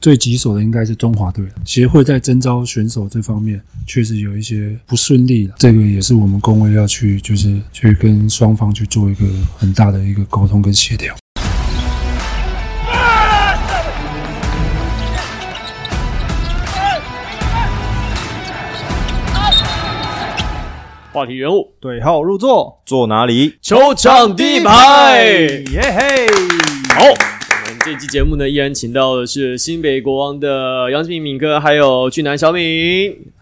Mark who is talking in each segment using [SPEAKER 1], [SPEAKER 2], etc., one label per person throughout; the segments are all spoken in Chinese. [SPEAKER 1] 最棘手的应该是中华队了协会在征招选手这方面确实有一些不顺利了，这个也是我们工会要去就是去跟双方去做一个很大的一个沟通跟协调。
[SPEAKER 2] 话题人物，
[SPEAKER 3] 对号入座，
[SPEAKER 4] 坐哪里？
[SPEAKER 2] 球场第一排。
[SPEAKER 3] 耶嘿！
[SPEAKER 2] 好，我们这期节目呢，依然请到的是新北国王的杨志明敏哥，还有俊男小敏。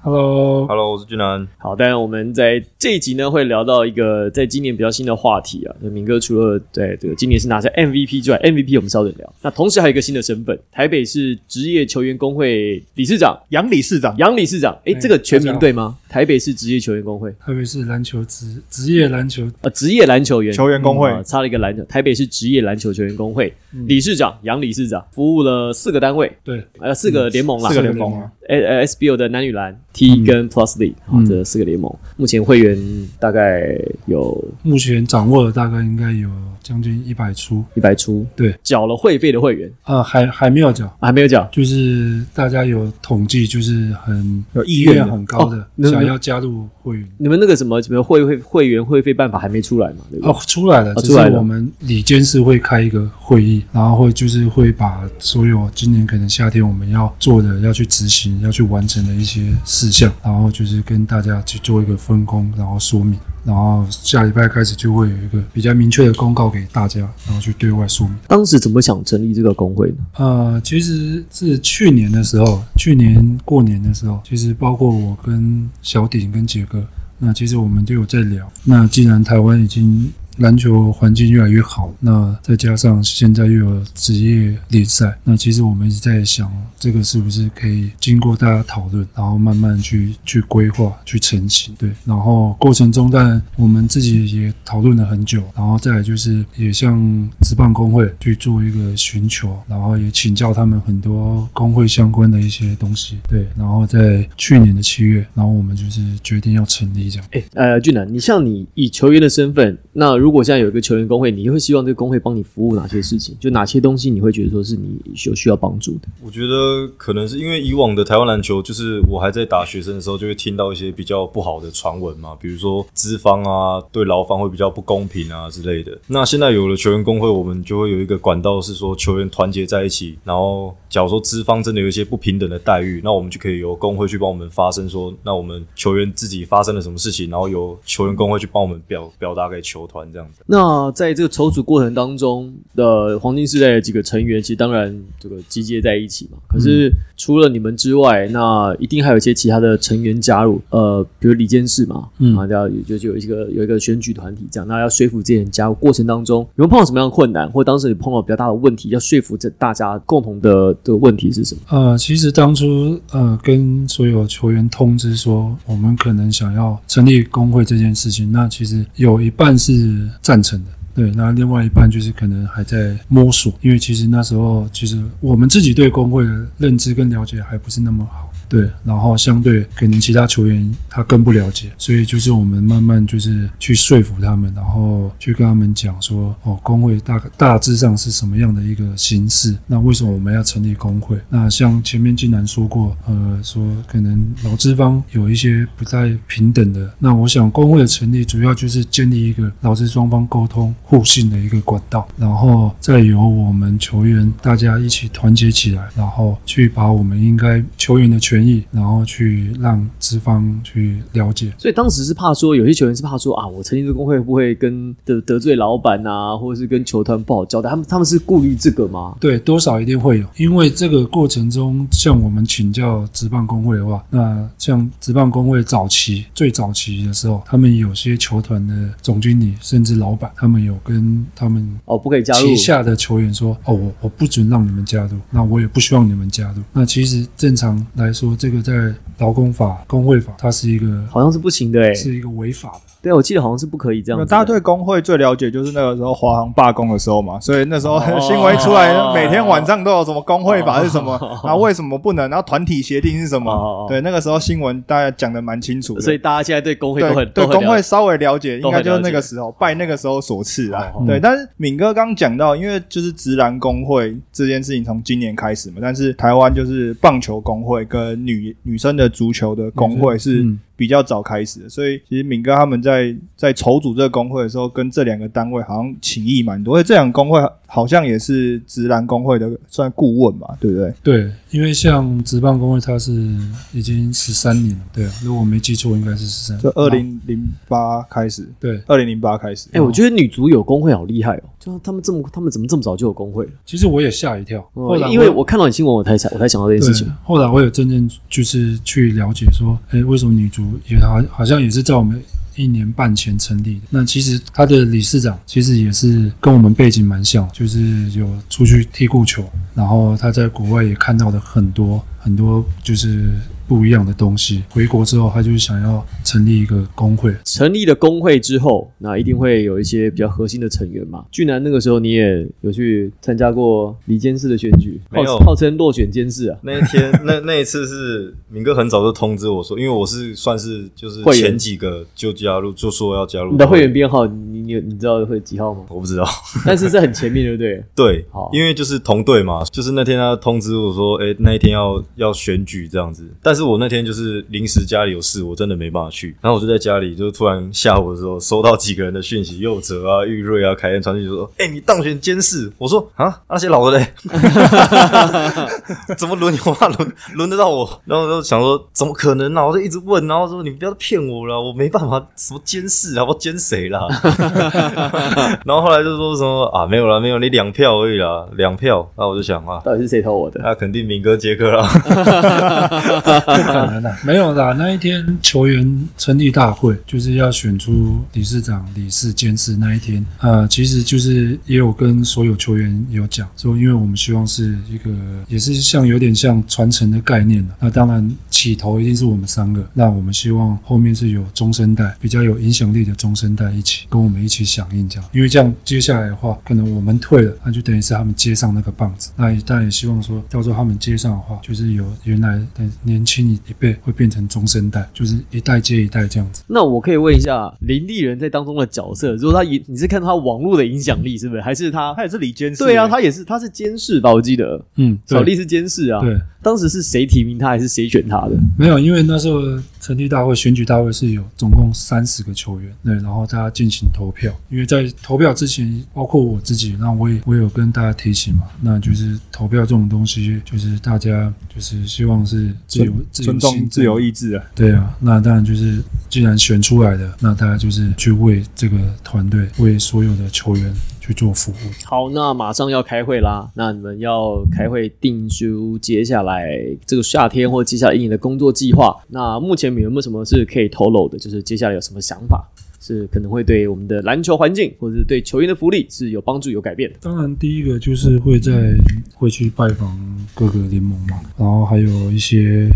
[SPEAKER 1] Hello，
[SPEAKER 4] Hello，我是俊南。
[SPEAKER 2] 好，当然我们在这一集呢，会聊到一个在今年比较新的话题啊。那敏哥除了在这个今年是拿下 MVP 之外，MVP 我们稍等聊。那同时还有一个新的身份，台北市职业球员工会理事长
[SPEAKER 3] 杨理事长，
[SPEAKER 2] 杨理事长。诶，
[SPEAKER 1] 哎
[SPEAKER 2] 这个全
[SPEAKER 1] 大家
[SPEAKER 2] 名
[SPEAKER 1] 好
[SPEAKER 2] 对吗？台北市职业球员工会
[SPEAKER 1] 特别是篮球职职业篮球
[SPEAKER 2] 啊，职业篮球员
[SPEAKER 3] 球员工会
[SPEAKER 2] 嗯啊差了一个篮球，台北市职业篮球球员工会理事长杨理事长服务了四个单位，
[SPEAKER 1] 对
[SPEAKER 2] 呃，四个联盟啦，
[SPEAKER 3] 嗯四个联盟啊，
[SPEAKER 2] A- 呃 SBO 的男女篮 T 跟 Plus League 啊
[SPEAKER 1] 嗯
[SPEAKER 2] 这四个联盟，目前会员大概有
[SPEAKER 1] 目前掌握的大概应该有将近一百出，
[SPEAKER 2] 一百出，
[SPEAKER 1] 对，
[SPEAKER 2] 缴了会费的会员
[SPEAKER 1] 呃，还还没有缴。
[SPEAKER 2] 啊还没有缴，
[SPEAKER 1] 就是大家有统计，就是很
[SPEAKER 3] 有
[SPEAKER 1] 意
[SPEAKER 3] 意愿
[SPEAKER 1] 愿
[SPEAKER 3] 的
[SPEAKER 1] 很高的
[SPEAKER 2] 哦，那
[SPEAKER 1] 想要加入会员。
[SPEAKER 2] 你们那个什么什么会会会员会费办法还没出来嘛，对不对
[SPEAKER 1] 哦？，出来了，
[SPEAKER 2] 哦
[SPEAKER 1] 只
[SPEAKER 2] 出
[SPEAKER 1] 是
[SPEAKER 2] 来了
[SPEAKER 1] 我们里监事会开一个会议，然后会就是会把所有今年可能夏天我们要做的、要去执行、要去完成的一些事项，然后就是跟大家去做一个分工，然后说明，然后下礼拜开始就会有一个比较明确的公告给大家，然后去对外说明。
[SPEAKER 2] 当时怎么想成立这个工会呢？
[SPEAKER 1] 呃，其实是去年的时候，去年过年的时候，其实包括我跟小鼎跟杰哥，那其实我们都有在聊。那既然台湾已经篮球环境越来越好，那再加上现在又有职业联赛，那其实我们一直在想，这个是不是可以经过大家讨论，然后慢慢去去规划、去成型。对，然后过程中，当然我们自己也讨论了很久，然后再来就是也向职棒工会去做一个寻求，然后也请教他们很多工会相关的一些东西。对，然后在去年的七月，然后我们就是决定要成立这样。
[SPEAKER 2] 哎，呃，俊南，你像你以球员的身份，那如果现在有一个球员工会，你会希望这个工会帮你服务哪些事情？就哪些东西你会觉得说是你有需要帮助的？
[SPEAKER 4] 我觉得可能是因为以往的台湾篮球，就是我还在打学生的时候，就会听到一些比较不好的传闻嘛，比如说资方啊对劳方会比较不公平啊之类的。那现在有了球员工会，我们就会有一个管道是说球员团结在一起，然后假如说资方真的有一些不平等的待遇，那我们就可以由工会去帮我们发声说，那我们球员自己发生了什么事情，然后由球员工会去帮我们表表达给球团这样子。
[SPEAKER 2] 那在这个筹组过程当中的黄金时代的几个成员，其实当然这个集结在一起嘛。可是除了你们之外，那一定还有一些其他的成员加入，呃，比如李监事嘛，
[SPEAKER 1] 嗯
[SPEAKER 2] 啊，要就就有一个有一个选举团体这样，那要说服这些人加入过程当中，你们碰到什么样的困难，或当时你碰到比较大的问题，要说服这大家共同的的问题是什么？
[SPEAKER 1] 呃，其实当初呃跟所有球员通知说，我们可能想要成立工会这件事情，那其实有一半是赞成的。对，那另外一半就是可能还在摸索，因为其实那时候其实我们自己对工会的认知跟了解还不是那么好，对，然后相对可能其他球员他更不了解，所以就是我们慢慢就是去说服他们，然后去跟他们讲说，哦，工会大大致上是什么样的一个形式，那为什么我们要成立工会？那像前面竟然说过，呃，说可能劳资方有一些不太平等的，那我想工会的成立主要就是建立一个劳资双方沟通互信的一个管道，然后再由我们球员大家一起团结起来，然后去把我们应该球员的权益，然后去让资方去了解。
[SPEAKER 2] 所以当时是怕说，有些球员是怕说啊，我成立这个工会会不会跟得得罪老板啊，或者是跟球团不好交代？他们他们是顾虑这个吗？
[SPEAKER 1] 对，多少一定会有，因为这个过程中，像我们请教职棒工会的话，那像职棒工会早期最早期的时候，他们有些球团的总经理甚至老板，他们有跟他们
[SPEAKER 2] 哦，不可以加入
[SPEAKER 1] 旗下的球员说：“哦，我我不准让你们加入，那我也不希望你们加入。”那其实正常来说，这个在劳工法、工会法，它是一个
[SPEAKER 2] 好像是不行的哎、
[SPEAKER 1] 是一个违法的。
[SPEAKER 2] 对，我记得好像是不可以这样子的。
[SPEAKER 3] 大家对工会最了解就是那个时候华航罢工的时候嘛，所以那时候
[SPEAKER 2] 哦
[SPEAKER 3] 新闻一出来，每天晚上都有什么工会法是什么，然后为什么不能，然后团体协定是什
[SPEAKER 2] 哦哦
[SPEAKER 3] 么
[SPEAKER 2] 哦，
[SPEAKER 3] 对，那个时候新闻大家讲的蛮清楚的，
[SPEAKER 2] 所以大家现在对工会都
[SPEAKER 3] 对
[SPEAKER 2] 很
[SPEAKER 3] 对
[SPEAKER 2] 都很
[SPEAKER 3] 工
[SPEAKER 2] 了
[SPEAKER 3] 会
[SPEAKER 2] 解
[SPEAKER 3] 稍微了解，
[SPEAKER 2] 都
[SPEAKER 3] 应
[SPEAKER 2] 很
[SPEAKER 3] 该就是
[SPEAKER 2] 了解
[SPEAKER 3] 那个时候拜那个时候所赐啊
[SPEAKER 2] 哦。
[SPEAKER 3] 对，但是敏哥刚讲到，因为就是直男工会这件事情从今年开始嘛，但是台湾就是棒球工会跟女女生的足球的工会是
[SPEAKER 1] 嗯
[SPEAKER 3] 比较早开始的，所以其实敏哥他们在在筹组这个工会的时候，跟这两个单位好像情谊蛮多，而且这两个工会好像也是直男工会的算顾问吧，对不对？
[SPEAKER 1] 对，因为像职棒工会，它是已经十三年了，对啊，如果我没记错，应该是十三。
[SPEAKER 3] 就二零零八开始，
[SPEAKER 1] 对，
[SPEAKER 3] 二零零八开始。
[SPEAKER 2] 哎、我觉得女足有工会好厉害哦！就他们这么，他们怎么这么早就有工会了？
[SPEAKER 1] 其实我也吓一跳，后
[SPEAKER 2] 哦
[SPEAKER 3] 啊
[SPEAKER 1] 来
[SPEAKER 2] 因为我看到你新闻，我才想，我才想到这件
[SPEAKER 1] 对
[SPEAKER 2] 事情。
[SPEAKER 1] 后来我有真正就是去了解说，哎，为什么女足也好好像也是在我们一年半前成立的？那其实她的理事长其实也是跟我们背景蛮像，就是有出去踢过球，然后她在国外也看到了很多很多就是不一样的东西。回国之后，她就想要成立一个工会，
[SPEAKER 2] 成立了工会之后，那一定会有一些比较核心的成员嘛。俊南那个时候你也有去参加过离监事的选举，
[SPEAKER 4] 没有
[SPEAKER 2] 号号称落选监事啊。
[SPEAKER 4] 那一天，那那一次是明哥很早就通知我说，因为我是算是就是
[SPEAKER 2] 会员
[SPEAKER 4] 前几个就加入，就说要加入？
[SPEAKER 2] 你的会员，编号，你你你知道会几号 吗
[SPEAKER 4] 我不知道。
[SPEAKER 2] 但是是很前面，对不对？
[SPEAKER 4] 对
[SPEAKER 2] 好，
[SPEAKER 4] 因为就是同队嘛，就是那天他通知我说，哎、那一天要要选举这样子，但是我那天就是临时家里有事，我真的没办法去，然后我就在家里，就突然下午的时候收到几个人的讯息，佑哲啊、玉瑞啊、凯恩传讯息说，哎、你当选监事，我说啊，那些老的嘞，怎么轮有啊？轮轮得到我？然后我就想说，怎么可能呢、啊我就一直问，然后说你不要骗我了，我没办法，什么监视啊，我监谁啦？ 然后后来就说什么啊，没有啦，没有，你两票而已啦，两票。那我就想啊，
[SPEAKER 2] 到底是谁投我的？
[SPEAKER 4] 那肯定明哥杰克啦。
[SPEAKER 1] 不可 能啦，啊 没有啦。那一天球员成立大会，就是要选出理事长、理事、监事。那一天，呃，其实就是也有跟所有球员有讲说，因为我们希望是一个，也是像有点像传承的概念啦那当然，起头一定是我们三个。那我们希望后面是有中生代比较有影响力的中生代一起跟我们一起响应这样，因为这样接下来的话，可能我们退了，那就等于是他们接上那个棒子。那也当然也希望说，到时候他们接上的话，就是有原来的年轻一一辈会变成中生代，就是一代接一代这样子。
[SPEAKER 2] 那我可以问一下，林立人在当中的角色，如果他影，你是看他网络的影响力是不是？还是他？
[SPEAKER 3] 他也是李监事，
[SPEAKER 2] 对啊，他也是，他是监事吧？我记得
[SPEAKER 1] 嗯，对
[SPEAKER 2] 小丽是监事啊。
[SPEAKER 1] 对，
[SPEAKER 2] 当时是谁提名他，还是谁选他的？
[SPEAKER 1] 没有，因为那时候成立大会、选举大会是有总共三十个球员，对，然后大家进行投票。因为在投票之前，包括我自己，那我也我也有跟大家提醒嘛，那就是投票这种东西，就是大家就是希望是自由、自由
[SPEAKER 3] 尊重
[SPEAKER 1] 心
[SPEAKER 3] 自由意志啊。
[SPEAKER 1] 对啊，那当然就是，既然选出来的，那大家就是去为这个团队、为所有的球员去做服务。
[SPEAKER 2] 好，那马上要开会啦，那你们要开会定出接下来这个夏天或接下来一年的工作计划。那目前你们有没有什么是可以透露的？就是接下来有什么想法？是可能会对我们的篮球环境，或者是对球员的福利是有帮助、有改变的。
[SPEAKER 1] 当然，第一个就是会在会去拜访各个联盟嘛，然后还有一些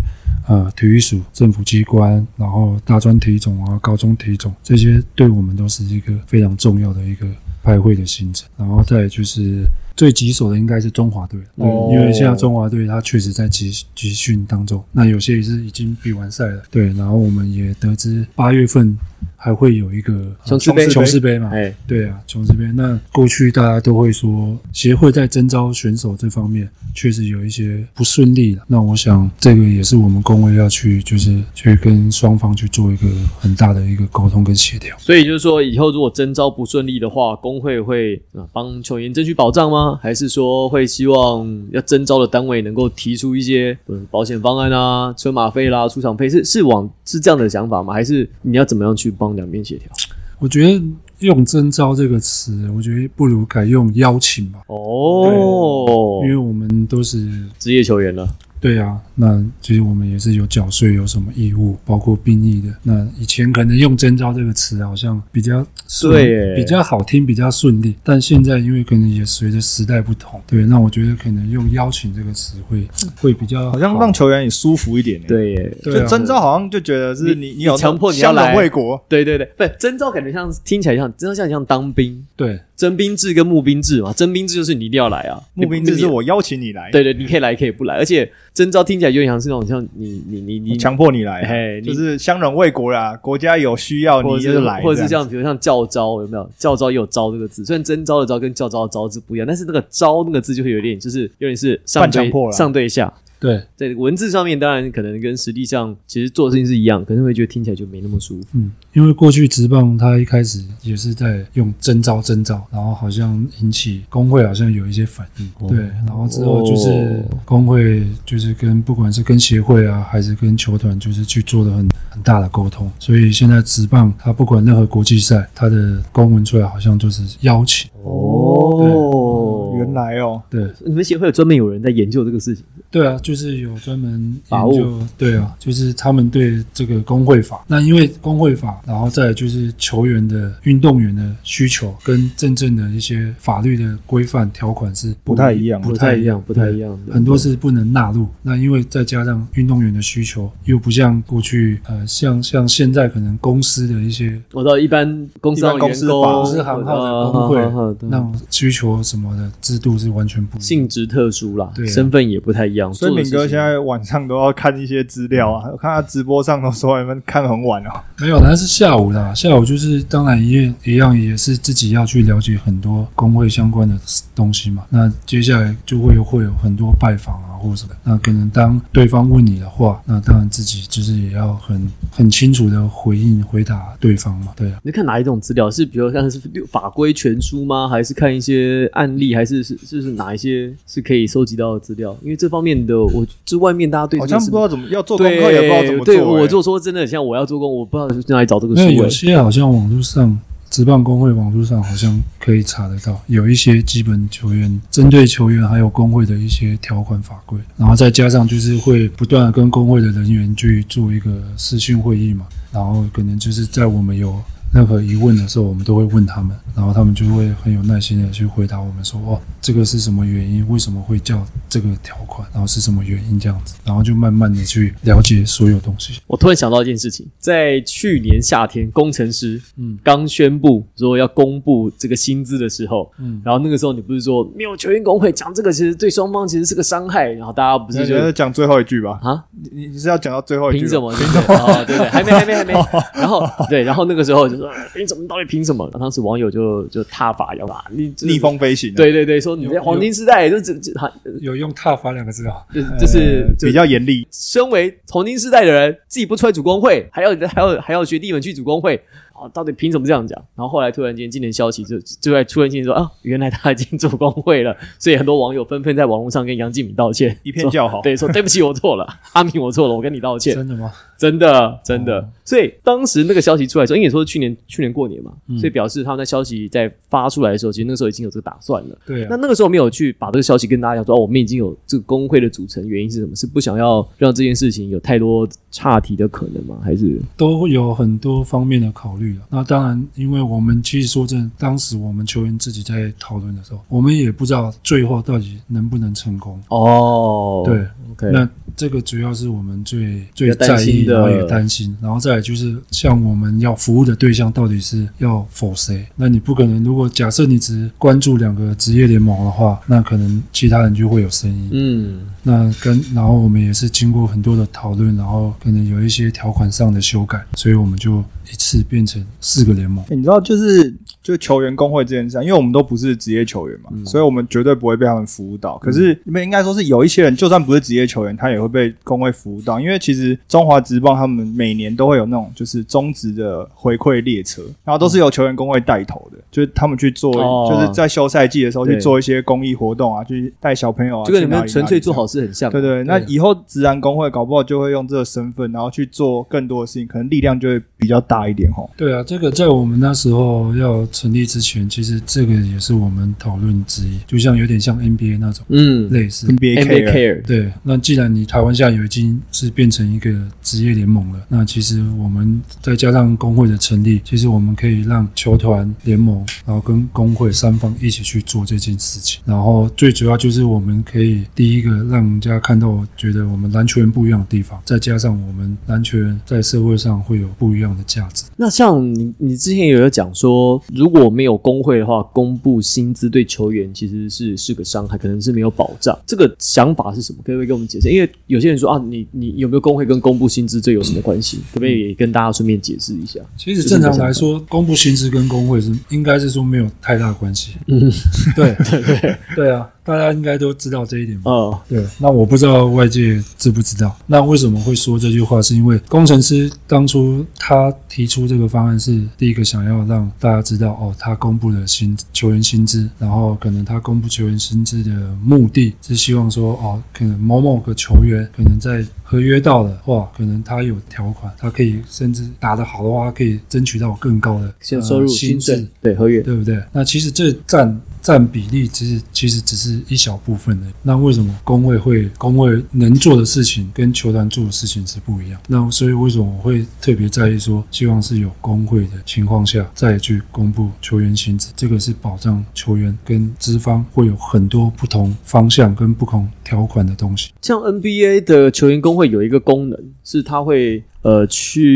[SPEAKER 1] 呃体育署、政府机关，然后大专体总啊、高中体总这些，对我们都是一个非常重要的一个拜会的行程。然后再来就是最棘手的应该是中华队，对，
[SPEAKER 2] 哦
[SPEAKER 1] 因为现在中华队他确实在集集训当中，那有些也是已经比完赛了，对。然后我们也得知八月份还会有一个呃
[SPEAKER 2] 琼斯杯
[SPEAKER 1] 琼斯杯嘛，
[SPEAKER 2] 哎，
[SPEAKER 1] 对啊，琼斯杯。那过去大家都会说，协会在征招选手这方面确实有一些不顺利的。那我想，这个也是我们工会要去，就是去跟双方去做一个很大的一个沟通跟协调。
[SPEAKER 2] 所以就是说，以后如果征招不顺利的话，工会会啊帮球员争取保障吗？还是说会希望要征招的单位能够提出一些嗯保险方案啊、车马费啦、出场费是是往是这样的想法吗？还是你要怎么样去帮两边协调？
[SPEAKER 1] 我觉得用“征招”这个词，我觉得不如改用“邀请”吧，因为
[SPEAKER 2] 哦，
[SPEAKER 1] 我们都是
[SPEAKER 2] 职业球员了，
[SPEAKER 1] 对啊，那其实我们也是有缴税，有什么义务，包括兵役的。那以前可能用“征召”这个词好像比较顺
[SPEAKER 2] 对耶
[SPEAKER 1] 比较好听，比较顺利。但现在因为可能也随着时代不同，对，那我觉得可能用“邀请”这个词会会比较
[SPEAKER 3] 好像让球员也舒服一点、欸。，
[SPEAKER 2] 对耶，
[SPEAKER 1] 对啊
[SPEAKER 3] 就征召好像就觉得是你，你有那种
[SPEAKER 2] 强迫你要来
[SPEAKER 3] 相容卫国，
[SPEAKER 2] 对对对，不是征召感觉像听起来像征召像像当兵，
[SPEAKER 1] 对
[SPEAKER 2] 征兵制跟募兵制嘛，征兵制就是你一定要来啊，
[SPEAKER 3] 募兵
[SPEAKER 2] 你
[SPEAKER 3] 制
[SPEAKER 2] 你
[SPEAKER 3] 是我邀请你来，
[SPEAKER 2] 对对，你可以来可以不来，而且征召听起来有点像是那种像你你你你
[SPEAKER 3] 我强迫你来
[SPEAKER 2] 嘿
[SPEAKER 3] 啊，
[SPEAKER 2] 你
[SPEAKER 3] 就是相容卫国啦，国家有需要
[SPEAKER 2] 或
[SPEAKER 3] 你
[SPEAKER 2] 者
[SPEAKER 3] 就是来，
[SPEAKER 2] 或者是
[SPEAKER 3] 这样
[SPEAKER 2] 像比如像教招有没有？教招也有“招”这个字，虽然征招的“招”跟教招的“招”字不一样，但是那个“招”那个字就会有点就是有点是上
[SPEAKER 3] 半强
[SPEAKER 2] 对
[SPEAKER 3] 迫啦
[SPEAKER 2] 上对下，
[SPEAKER 1] 对，
[SPEAKER 2] 在文字上面当然可能跟实际上其实做的事情是一样，可是会觉得听起来就没那么舒服。
[SPEAKER 1] 嗯，因为过去职棒它一开始也是在用征召征召，然后好像引起工会好像有一些反应，对，然后之后就是
[SPEAKER 2] 哦
[SPEAKER 1] 工会就是跟不管是跟协会啊，还是跟球团，就是去做的很很大的沟通，所以现在职棒它不管任何国际赛，它的公文出来好像就是邀请，
[SPEAKER 2] 哦
[SPEAKER 3] 原来哦，
[SPEAKER 1] 对
[SPEAKER 2] 你们协会有专门有人在研究这个事情，
[SPEAKER 1] 对啊，就是有专门
[SPEAKER 2] 法
[SPEAKER 1] 研
[SPEAKER 2] 务
[SPEAKER 1] 究，对啊，就是他们对这个工会法。那因为工会法，然后再来就是球员的、运动员的需求跟真正的一些法律的规范条款是
[SPEAKER 3] 不太一样
[SPEAKER 1] 不太一样，
[SPEAKER 2] 不太一样
[SPEAKER 1] 对很多是不能纳入。那因为再加上运动员的需求，又不像过去呃，像像现在可能公司的一些
[SPEAKER 2] 我知道一般公司行的
[SPEAKER 3] 一般公
[SPEAKER 2] 员
[SPEAKER 3] 司
[SPEAKER 2] 工、
[SPEAKER 3] 法
[SPEAKER 1] 公司行号的工会
[SPEAKER 2] 啊啊啊啊对
[SPEAKER 1] 那种需求什么的制度是完全不一样。
[SPEAKER 2] 性质特殊啦，
[SPEAKER 1] 对啊
[SPEAKER 2] 身份也不太一样。
[SPEAKER 3] 所以
[SPEAKER 2] 做的
[SPEAKER 3] 敏
[SPEAKER 2] 事
[SPEAKER 3] 哥
[SPEAKER 2] 情
[SPEAKER 3] 现在晚上都要看一些资料啊，我看他直播上都说你们看很晚哦，
[SPEAKER 1] 没有啦，那是下午啦。下午就是当然一样一样也是自己要去了解很多工会相关的东西嘛。那接下来就会有会有很多拜访啊或者什么。那可能当对方问你的话，那当然自己就是也要很很清楚的回应回答对方嘛。对啊，
[SPEAKER 2] 你看哪一种资料？是比如像是法规全书吗？还是看一些案例？还是是是是哪一些是可以收集到的资料？因为这方面的我，这外面大家对
[SPEAKER 3] 好
[SPEAKER 2] 这个
[SPEAKER 3] 像
[SPEAKER 2] 是
[SPEAKER 3] 不知道怎么要做功
[SPEAKER 2] 对
[SPEAKER 3] 课，也不知道怎么做
[SPEAKER 2] 对，
[SPEAKER 3] 欸。
[SPEAKER 2] 我就说真的，像我要做工，我不知道去哪里找这个书
[SPEAKER 1] 那有
[SPEAKER 2] 欸。
[SPEAKER 1] 些好像网络上。职棒工会网络上好像可以查得到，有一些基本球员针对球员还有工会的一些条款法规，然后再加上就是会不断的跟工会的人员去做一个视讯会议嘛，然后可能就是在我们有任何疑问的时候，我们都会问他们，然后他们就会很有耐心的去回答我们说，哦，这个是什么原因，为什么会叫这个条款，然后是什么原因这样子，然后就慢慢的去了解所有东西。
[SPEAKER 2] 我突然想到一件事情，在去年夏天，工程师
[SPEAKER 1] 嗯
[SPEAKER 2] 刚宣布说要公布这个薪资的时候，
[SPEAKER 1] 嗯，
[SPEAKER 2] 然后那个时候你不是说没有球员工会讲这个，其实对双方其实是个伤害，然后大家不
[SPEAKER 3] 你
[SPEAKER 2] 是就
[SPEAKER 3] 觉得讲最后一句吧？
[SPEAKER 2] 啊，
[SPEAKER 3] 你你你是要讲到最后一句
[SPEAKER 2] 凭
[SPEAKER 3] 吧？
[SPEAKER 2] 什么？凭什么？哦，对对，还没还没还 没。然后对，然后那个时候就说哎凭什么？你到底凭什么？然后当时网友就就踏法要吧，你这
[SPEAKER 3] 逆。风飞行啊？
[SPEAKER 2] 对对对，说你在黄金时代，就只只哈，
[SPEAKER 1] 有用“踏伐”两个字啊。
[SPEAKER 2] 就
[SPEAKER 3] 呃，
[SPEAKER 2] 就是就
[SPEAKER 3] 比较严厉。
[SPEAKER 2] 身为黄金时代的人，自己不出来主工会，还要还要还要学弟们去主工会啊，到底凭什么这样讲？然后后来突然间今年消息就就在突然间说啊，原来他已经主工会了，所以很多网友纷纷在网络上跟杨敬敏道歉，
[SPEAKER 3] 一片
[SPEAKER 2] 说
[SPEAKER 3] 叫好
[SPEAKER 2] 对，说对不起，我错了，阿明我错了，我跟你道歉。
[SPEAKER 1] 真的吗？
[SPEAKER 2] 真的，真的。
[SPEAKER 1] 哦
[SPEAKER 2] 所以当时那个消息出来的时候，因为你说去年去年过年嘛，
[SPEAKER 1] 嗯
[SPEAKER 2] 所以表示他们在消息在发出来的时候，其实那时候已经有这个打算了。
[SPEAKER 1] 对啊
[SPEAKER 2] 那，那个时候没有去把这个消息跟大家讲说，哦，我们已经有这个工会的组成，原因是什么？是不想要让这件事情有太多岔题的可能吗？还是
[SPEAKER 1] 都会有很多方面的考虑了。啊那当然，因为我们其实说真的，当时我们球员自己在讨论的时候，我们也不知道最后到底能不能成功。
[SPEAKER 2] 哦，
[SPEAKER 1] 对，
[SPEAKER 2] ，OK，
[SPEAKER 1] 那这个主要是我们最最
[SPEAKER 2] 较担
[SPEAKER 1] 在意，
[SPEAKER 2] 心的
[SPEAKER 1] 然后也担心，然后再来就是像我们要服务的对象到底是要否谁？那你不可能，如果假设你只关注两个职业联盟的话，那可能其他人就会有声音。
[SPEAKER 2] 嗯，
[SPEAKER 1] 那跟然后我们也是经过很多的讨论，然后可能有一些条款上的修改，所以我们就一次变成四个联盟。
[SPEAKER 3] 欸你知道，就是就球员工会这件事，情，啊因为我们都不是职业球员嘛，
[SPEAKER 2] 嗯
[SPEAKER 3] 所以我们绝对不会被他们服务到。可是你们应该说是有一些人，就算不是职业球员，他也会被工会服务到，因为其实中华职棒他们每年都会有那种就是中职的回馈列车，然后都是由球员工会带头的，就是他们去做，
[SPEAKER 2] 嗯哦
[SPEAKER 3] 就是在休赛季的时候去
[SPEAKER 2] 对
[SPEAKER 3] 做一些公益活动啊，去带小朋友啊，
[SPEAKER 2] 就跟你
[SPEAKER 3] 去哪
[SPEAKER 2] 们
[SPEAKER 3] 里
[SPEAKER 2] 纯粹做。
[SPEAKER 3] 哪里这样
[SPEAKER 2] 好事很像，
[SPEAKER 3] 对对，那
[SPEAKER 1] 对
[SPEAKER 3] 以后职安工会搞不好就会用这个身份，然后去做更多的事情，可能力量就会比较大一点吼。
[SPEAKER 1] 对啊，这个在我们那时候要成立之前，其实这个也是我们讨论之一，就像有点像 NBA 那种
[SPEAKER 2] 嗯
[SPEAKER 1] 类似。
[SPEAKER 3] NBA
[SPEAKER 2] ，NBA
[SPEAKER 3] care
[SPEAKER 2] Care，
[SPEAKER 1] 对，那既然你台湾现在有已经是变成一个职业联盟了，那其实我们再加上工会的成立，其实我们可以让球团、联盟，然后跟工会三方一起去做这件事情。然后最主要就是我们可以第一个让人家看到，觉得我们篮球员不一样的地方，再加上我们篮球员在社会上会有不一样的价值。
[SPEAKER 2] 那像你，你之前也有讲说，如果没有工会的话，公布薪资对球员其实是是个伤害，可能是没有保障。这个想法是什么？可不可以给我们解释？因为有些人说啊，你你有没有工会跟公布薪资这有什么关系？可不可以也跟大家顺便解释一下？
[SPEAKER 1] 其实正常来说，公布薪资跟工会是应该是说没有太大关系。
[SPEAKER 2] 嗯，
[SPEAKER 1] 对对对啊，大家应该都知道这一点吧？
[SPEAKER 2] 哦，
[SPEAKER 1] 对，那我不知道外界知不知道。那为什么会说这句话？是因为工程师当初他提出这个方案是第一个想要让大家知道哦，他公布了薪球员薪资，然后可能他公布球员薪资的目的是希望说哦，可能某某个球员可能在合约到了哇，可能他有条款，他可以甚至打得好的话，他可以争取到更高的
[SPEAKER 2] 现在收入、
[SPEAKER 1] 呃
[SPEAKER 2] 薪
[SPEAKER 1] 薪
[SPEAKER 2] 水
[SPEAKER 1] 资，
[SPEAKER 2] 对合约，
[SPEAKER 1] 对不对？那其实这占占比例其实其实只是一小部分的。那为什么工会会工会能做的事情跟球团做的事情是不一样？那所以为什么我会特别在意说，希望是有工会的情况下再去公布球员薪资，这个是保障球员跟资方会有很多不同方向跟不同条款的东西。
[SPEAKER 2] 像 NBA 的球员工会有一个功能是，他会呃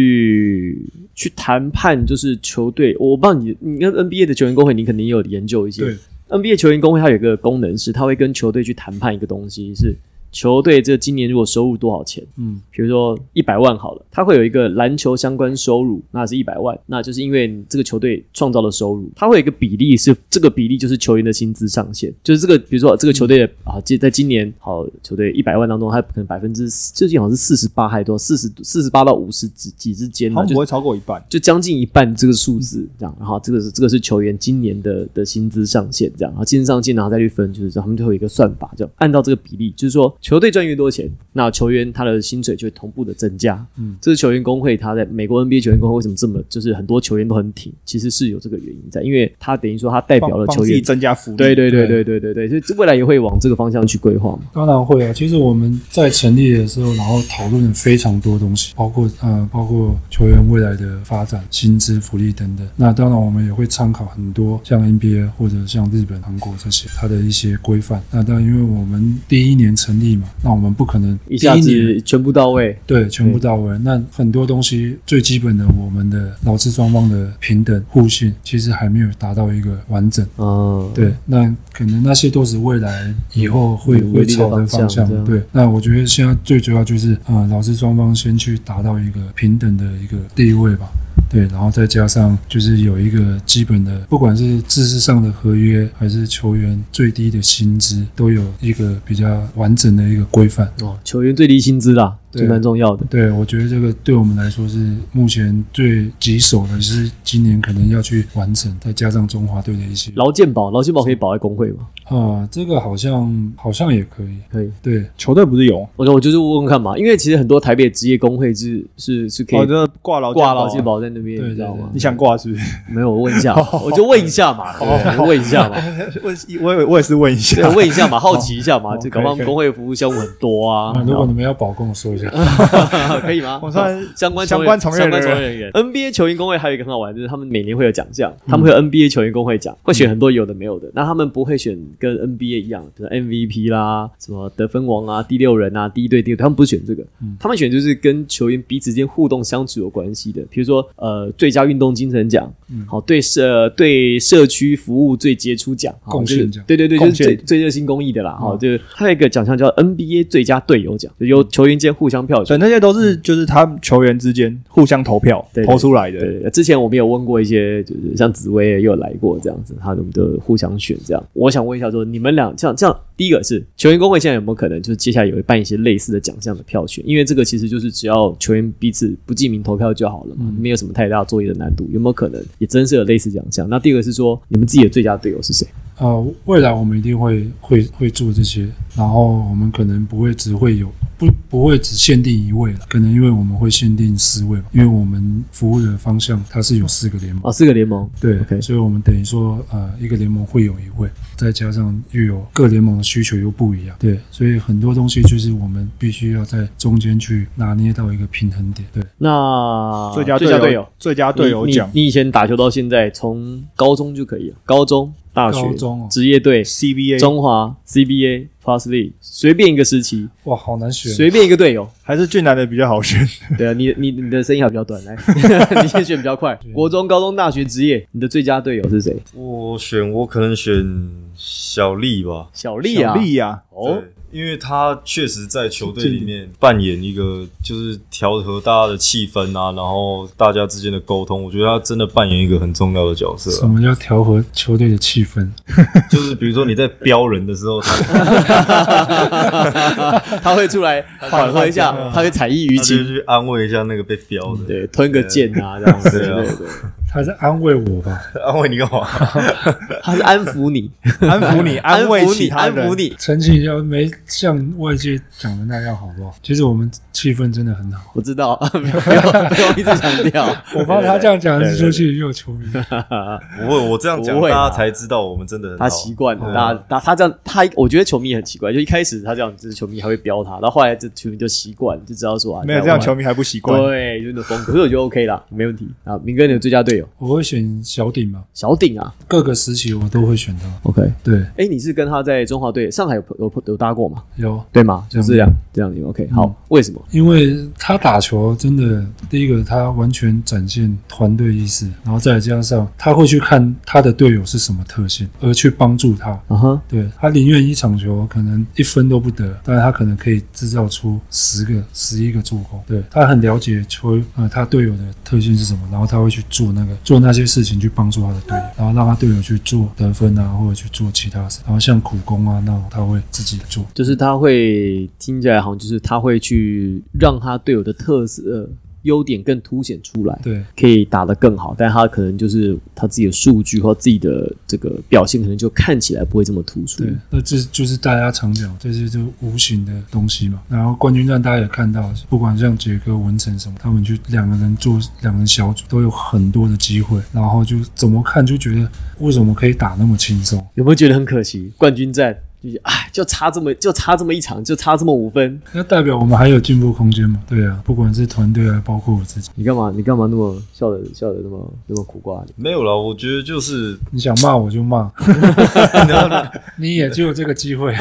[SPEAKER 2] 去去谈判，就是球队。我不知道你，你跟 NBA 的球员工会，你肯定有研究一些。
[SPEAKER 1] 对
[SPEAKER 2] NBA 球员工会它有一个功能是，它会跟球队去谈判一个东西，是球队这今年如果收入多少钱，
[SPEAKER 1] 嗯，
[SPEAKER 2] 比如说一百万好了，它会有一个篮球相关收入，那是一百万，那就是因为你这个球队创造了收入，它会有一个比例是这个比例就是球员的薪资上限，就是这个比如说这个球队的啊，这在今年好球队一百万当中，它可能百分之最近好像是四十八还多，四十四十八到五十几几之间嘛，
[SPEAKER 3] 好像
[SPEAKER 2] 就
[SPEAKER 3] 不会超过一半。
[SPEAKER 2] 就将近一半这个数字这样，然后这个是这个是球员今年的的薪资上限这样，然后薪资上限然后再去分，就是他们就会有一个算法，这样按照这个比例，就是说球队赚越多钱，那球员他的薪水就会同步的增加。嗯，这是球员工会，他在美国 NBA 球员工会为什么这么就是很多球员都很挺，其实是有这个原因在，因为他等于说他代
[SPEAKER 3] 帮
[SPEAKER 2] 表了
[SPEAKER 3] 帮
[SPEAKER 2] 球
[SPEAKER 3] 自己
[SPEAKER 2] 员。
[SPEAKER 3] 增加福利，
[SPEAKER 2] 对对对对对对对，所以未来也会往这个方向去规划嘛。
[SPEAKER 1] 当然会啊，其实我们在成立的时候，然后讨论了非常多东西，包括呃，包括球员未来的发展、薪资、福利等等。那当然，我们也会参考很多像 NBA 或者像日本、韩国这些它的一些规范。那当然，因为我们第一年成立嘛，那我们不可能
[SPEAKER 2] 一下
[SPEAKER 1] 第年
[SPEAKER 2] 子嗯全部到位，
[SPEAKER 1] 对，全部到位。那很多东西最基本的，我们的劳资双方的平等互信，其实还没有达到一个完整。
[SPEAKER 2] 嗯，
[SPEAKER 1] 对，那可能那些都是未来以后会
[SPEAKER 2] 努
[SPEAKER 1] 会
[SPEAKER 2] 力的
[SPEAKER 1] 朝的
[SPEAKER 2] 方向
[SPEAKER 1] 方向
[SPEAKER 2] 这样。
[SPEAKER 1] 对，那我觉得现在最主要就是啊、呃，劳资双方先去达到一个平等的一个地位吧。对，然后再加上就是有一个基本的，不管是知识上的合约，还是球员最低的薪资，都有一个比较完整的一个规范。
[SPEAKER 2] 哦，球员最低薪资啦，
[SPEAKER 1] 对
[SPEAKER 2] 这蛮重要的。
[SPEAKER 1] 对，我觉得这个对我们来说是目前最棘手的，是今年可能要去完成，再加上中华队的一些
[SPEAKER 2] 劳健保，劳健保可以保在工会吗？
[SPEAKER 1] 啊、这个好像好像也可以。
[SPEAKER 2] 可以。
[SPEAKER 1] 对，
[SPEAKER 3] 球队不是有
[SPEAKER 2] 我我就是问问看嘛，因为其实很多台北职业工会是是是可
[SPEAKER 3] 哦，
[SPEAKER 2] 以
[SPEAKER 3] 这挂劳
[SPEAKER 2] 挂
[SPEAKER 3] 劳
[SPEAKER 2] 劳健，保在那边，
[SPEAKER 1] 对
[SPEAKER 2] 你知道
[SPEAKER 1] 对对
[SPEAKER 2] 吗
[SPEAKER 3] 啊你？想挂是不是？
[SPEAKER 2] 没有，我问一下，我就问一下嘛，对我问一下嘛，
[SPEAKER 3] 我我我我也是问一
[SPEAKER 2] 对
[SPEAKER 3] 下，
[SPEAKER 2] 问一下嘛，好奇一下嘛，就搞不好
[SPEAKER 3] 可以可以
[SPEAKER 2] 工会服务项目很多啊
[SPEAKER 1] 啊，，如果你们要保，跟我说一下。
[SPEAKER 2] 可以吗？
[SPEAKER 3] 我算
[SPEAKER 2] 相关
[SPEAKER 3] 相关从业
[SPEAKER 2] 相关
[SPEAKER 3] 人
[SPEAKER 2] 从
[SPEAKER 3] 员
[SPEAKER 2] 业人员，NBA 球员工会还有一个很好玩，就是他们每年会有奖项，
[SPEAKER 3] 嗯
[SPEAKER 2] 他们会有 NBA 球员工会奖，会选很多有的没有的。那他们不会选跟 NBA 一样，比如 MVP 啦、什么得分王啊、第六人啊、第一队、第二队，他们不是选这个，
[SPEAKER 3] 嗯
[SPEAKER 2] 他们选就是跟球员彼此间互动相处有关系的，比如说呃最佳运动精神奖，
[SPEAKER 3] 嗯
[SPEAKER 2] 好对社对社区服务最杰出奖，好
[SPEAKER 1] 贡
[SPEAKER 2] 就是
[SPEAKER 1] 献奖
[SPEAKER 2] 对对对，就是
[SPEAKER 3] 贡献嗯
[SPEAKER 2] 最最热心公益的啦，好，就是还有一个奖项叫 NBA 最佳队友奖，就由球员间互相票选
[SPEAKER 3] 所。以那些都是就是他们球员之间互相投票
[SPEAKER 2] 对对
[SPEAKER 3] 投出来的。
[SPEAKER 2] 对，之前我们有问过一些，就是像紫薇也有来过这样子，他们都互相选这样。我想问一下说你们俩这样这样，第一个是球员工会现在有没有可能就是接下来有办一些类似的奖项的票选？因为这个其实就是只要球员彼此不记名投票就好了
[SPEAKER 3] 嗯
[SPEAKER 2] 嘛，没有什么太大作业的难度。有没有可能也真是有类似奖项？那第二个是说你们自己的最佳队友是谁？
[SPEAKER 1] 呃，未来我们一定会会会做这些，然后我们可能不会只会有不不会只限定一位了，可能因为我们会限定四位吧，因为我们服务的方向它是有四个联盟。
[SPEAKER 2] 哦，四个联盟，
[SPEAKER 1] 对
[SPEAKER 2] OK
[SPEAKER 1] 所以我们等于说，呃，一个联盟会有一位，再加上又有各联盟的需求又不一样，对，所以很多东西就是我们必须要在中间去拿捏到一个平衡点，对，
[SPEAKER 2] 那
[SPEAKER 3] 最佳
[SPEAKER 2] 最佳队
[SPEAKER 3] 友，最佳队
[SPEAKER 2] 队
[SPEAKER 3] 友
[SPEAKER 2] 你
[SPEAKER 3] 奖
[SPEAKER 2] 你以前打球到现在，从高中就可以了，高中、大学、
[SPEAKER 1] 高中哦
[SPEAKER 2] 职业队、
[SPEAKER 3] ，CBA
[SPEAKER 2] 中华、CBA、Plus League，随便一个时期，
[SPEAKER 1] 哇，好难选啊
[SPEAKER 2] 随便一个队友。
[SPEAKER 3] 还是俊男的比较好选。
[SPEAKER 2] 对啊，你你你的声音还比较短， 来，你先选比较快。国中、高中、大学、职业，你的最佳队友是谁？
[SPEAKER 4] 我选我可能选小丽吧，
[SPEAKER 2] 小丽啊，
[SPEAKER 3] 力 呀，
[SPEAKER 2] 哦，
[SPEAKER 4] 对，因为他确实在球队里面扮演一个就是调和大家的气氛啊，然后大家之间的沟通，我觉得他真的扮演一个很重要的角色
[SPEAKER 1] 什
[SPEAKER 4] 啊、
[SPEAKER 1] 么叫调和球队的气氛？
[SPEAKER 4] 就是比如说你在标人的时候，他
[SPEAKER 2] 他会出来缓和一下，他会采意于
[SPEAKER 4] 他就
[SPEAKER 2] 情，
[SPEAKER 4] 去安慰一下那个被标的，
[SPEAKER 2] 对，吞个剑啊，这样子，
[SPEAKER 4] 对啊
[SPEAKER 2] 对对，
[SPEAKER 1] 他在安慰我吧？
[SPEAKER 4] 安慰你干嘛？
[SPEAKER 2] 他是安抚你，
[SPEAKER 3] 安抚你，
[SPEAKER 2] 安
[SPEAKER 3] 慰
[SPEAKER 2] 抚
[SPEAKER 3] 其
[SPEAKER 2] 你，
[SPEAKER 3] 他
[SPEAKER 2] 安
[SPEAKER 3] 人
[SPEAKER 2] 抚。你。
[SPEAKER 1] 澄清一下，没像外界讲的那样，好不好？其实我们气氛真的很好。
[SPEAKER 2] 我知道， 不要不要一直强 调。
[SPEAKER 1] 我怕他这样讲是出去又有球迷，
[SPEAKER 4] 不会，我这样讲
[SPEAKER 2] 不会啦
[SPEAKER 4] 大家才知道我们真的很好
[SPEAKER 2] 他
[SPEAKER 3] 哦
[SPEAKER 2] 习惯
[SPEAKER 3] 嗯
[SPEAKER 2] 了，大家他他这样，他我觉得球迷也很奇怪，就一开始他这样，就是球迷还会飙他，然后后来这球迷就习惯，就知道说啊，
[SPEAKER 3] 没有这样球
[SPEAKER 2] 迷
[SPEAKER 3] 迷还不习惯。
[SPEAKER 2] 对，就是那种风格，可是我觉得 OK 啦，没问题啊。明哥，你的最佳队友
[SPEAKER 1] 我会选小鼎吧。
[SPEAKER 2] 小鼎啊
[SPEAKER 1] 各个时期我都会选到。
[SPEAKER 2] ，OK，
[SPEAKER 1] 对，
[SPEAKER 2] 哎，你是跟他在中华队上海有有有搭过吗？
[SPEAKER 1] 有，
[SPEAKER 2] 对吗？就
[SPEAKER 1] 嗯
[SPEAKER 2] 是这样，这样你 OK 好
[SPEAKER 1] 嗯，
[SPEAKER 2] 为什么？
[SPEAKER 1] 因为他打球真的，第一个他完全展现团队意识，然后再加上他会去看他的队友是什么特性，而去帮助他。
[SPEAKER 2] 啊哈，
[SPEAKER 1] 对他宁愿一场球可能一分都不得，但是他可能可以制造出十个、十一个助攻。对他很了解球，呃，他队友的特性是什么，然后他会去做那个做那些事情去帮助他的队友，然后让他队友去做得分啊，或者去做其他事。然后像苦攻啊那种，他会自己做。
[SPEAKER 2] 就是他会听起来好像就是他会去让他队友的特色呃优点更凸显出来，
[SPEAKER 1] 对
[SPEAKER 2] 可以打得更好，但他可能就是他自己的数据或自己的这个表现，可能就看起来不会这么突出
[SPEAKER 1] 对。，那这就是大家常讲，这些就无形的东西嘛。然后冠军战大家也看到，不管像杰哥、文成什么，他们去两个人做两人小组，都有很多的机会。然后就怎么看就觉得，为什么可以打那么轻松？
[SPEAKER 2] 有没有觉得很可惜？冠军战就是哎，就差这么就差这么一场，就差这么五分，
[SPEAKER 1] 那代表我们还有进步空间嘛？对啊，不管是团队啊，包括我自己，
[SPEAKER 2] 你干嘛你干嘛那么笑的笑的那么那么苦瓜？
[SPEAKER 4] 没有啦，我觉得就是
[SPEAKER 1] 你想骂我就骂，
[SPEAKER 4] 然后
[SPEAKER 1] 你也只有这个机 会。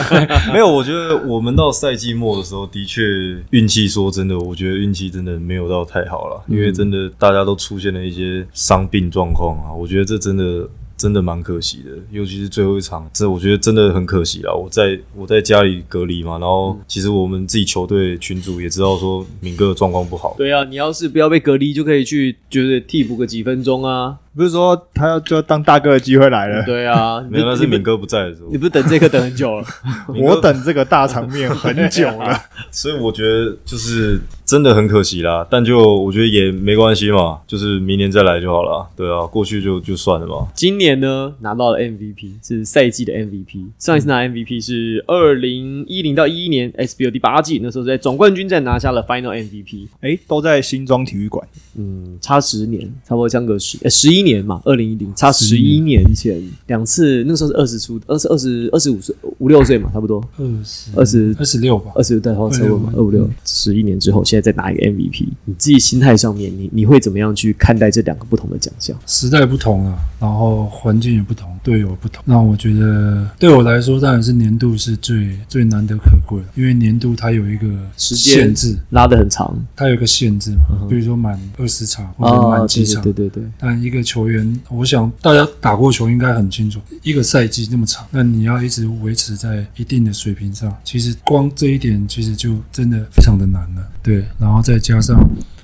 [SPEAKER 4] 没有，我觉得我们到赛季末的时候，的确运气，说真的，我觉得运气真的没有到太好了，因为真的大家都出现了一些伤病状况啊，我觉得这真的。真的蛮可惜的，尤其是最后一场，这我觉得真的很可惜啦。我在我在家里隔离嘛，然后其实我们自己球队群主也知道说敏哥的状况不好，
[SPEAKER 2] 对啊，你要是不要被隔离，就可以去就是替补个几分钟啊。
[SPEAKER 3] 不是说他要就要当大哥的机会来了，
[SPEAKER 2] 对啊，
[SPEAKER 4] 没有那是敏
[SPEAKER 2] 你
[SPEAKER 4] 哥不在的时候
[SPEAKER 2] 你，不是等这个等很 久了？
[SPEAKER 4] 敏哥
[SPEAKER 3] 我等这个大场面很久了。
[SPEAKER 4] 所以我觉得就是真的很可惜啦，但就我觉得也没关系嘛，就是明年再来就好了。对啊，过去就就算了嘛。
[SPEAKER 2] 今年呢，拿到了 MVP，是赛季的 MVP。上一次拿 MVP 是二零一零到一一年 SBL 第八季，那时候在总冠军战拿下了 Final MVP。
[SPEAKER 3] 哎，都在新庄体育馆，
[SPEAKER 2] 嗯，差十年，差不多相隔十呃十一年嘛，二零一零差十一年前两次，那个时候是二十出，二十二十二十五岁五六岁嘛，差不多
[SPEAKER 1] 二十
[SPEAKER 2] 二十
[SPEAKER 1] 二十六吧，
[SPEAKER 2] 二十代号车位嘛，二五六
[SPEAKER 1] 嗯
[SPEAKER 2] 十一年之后，现在再拿一个 MVP，你自己心态上面，你你会怎么样去看待这两个不同的奖项？
[SPEAKER 1] 时代不同啊，然后环境也不同，队友也不同。那我觉得对我来说，当然是年度是最最难得可贵的，因为年度它有一个
[SPEAKER 2] 时间
[SPEAKER 1] 限制，
[SPEAKER 2] 拉得很长
[SPEAKER 1] 它有一个限制嘛，
[SPEAKER 2] 嗯哼
[SPEAKER 1] 比如说满二十场或者
[SPEAKER 2] 啊，
[SPEAKER 1] 满几
[SPEAKER 2] 对对
[SPEAKER 1] 场。
[SPEAKER 2] 对对对，
[SPEAKER 1] 但一个球员，我想大家打过球应该很清楚，一个赛季那么长，那你要一直维持在一定的水平上，其实光这一点其实就真的非常的难了。对，然后再加上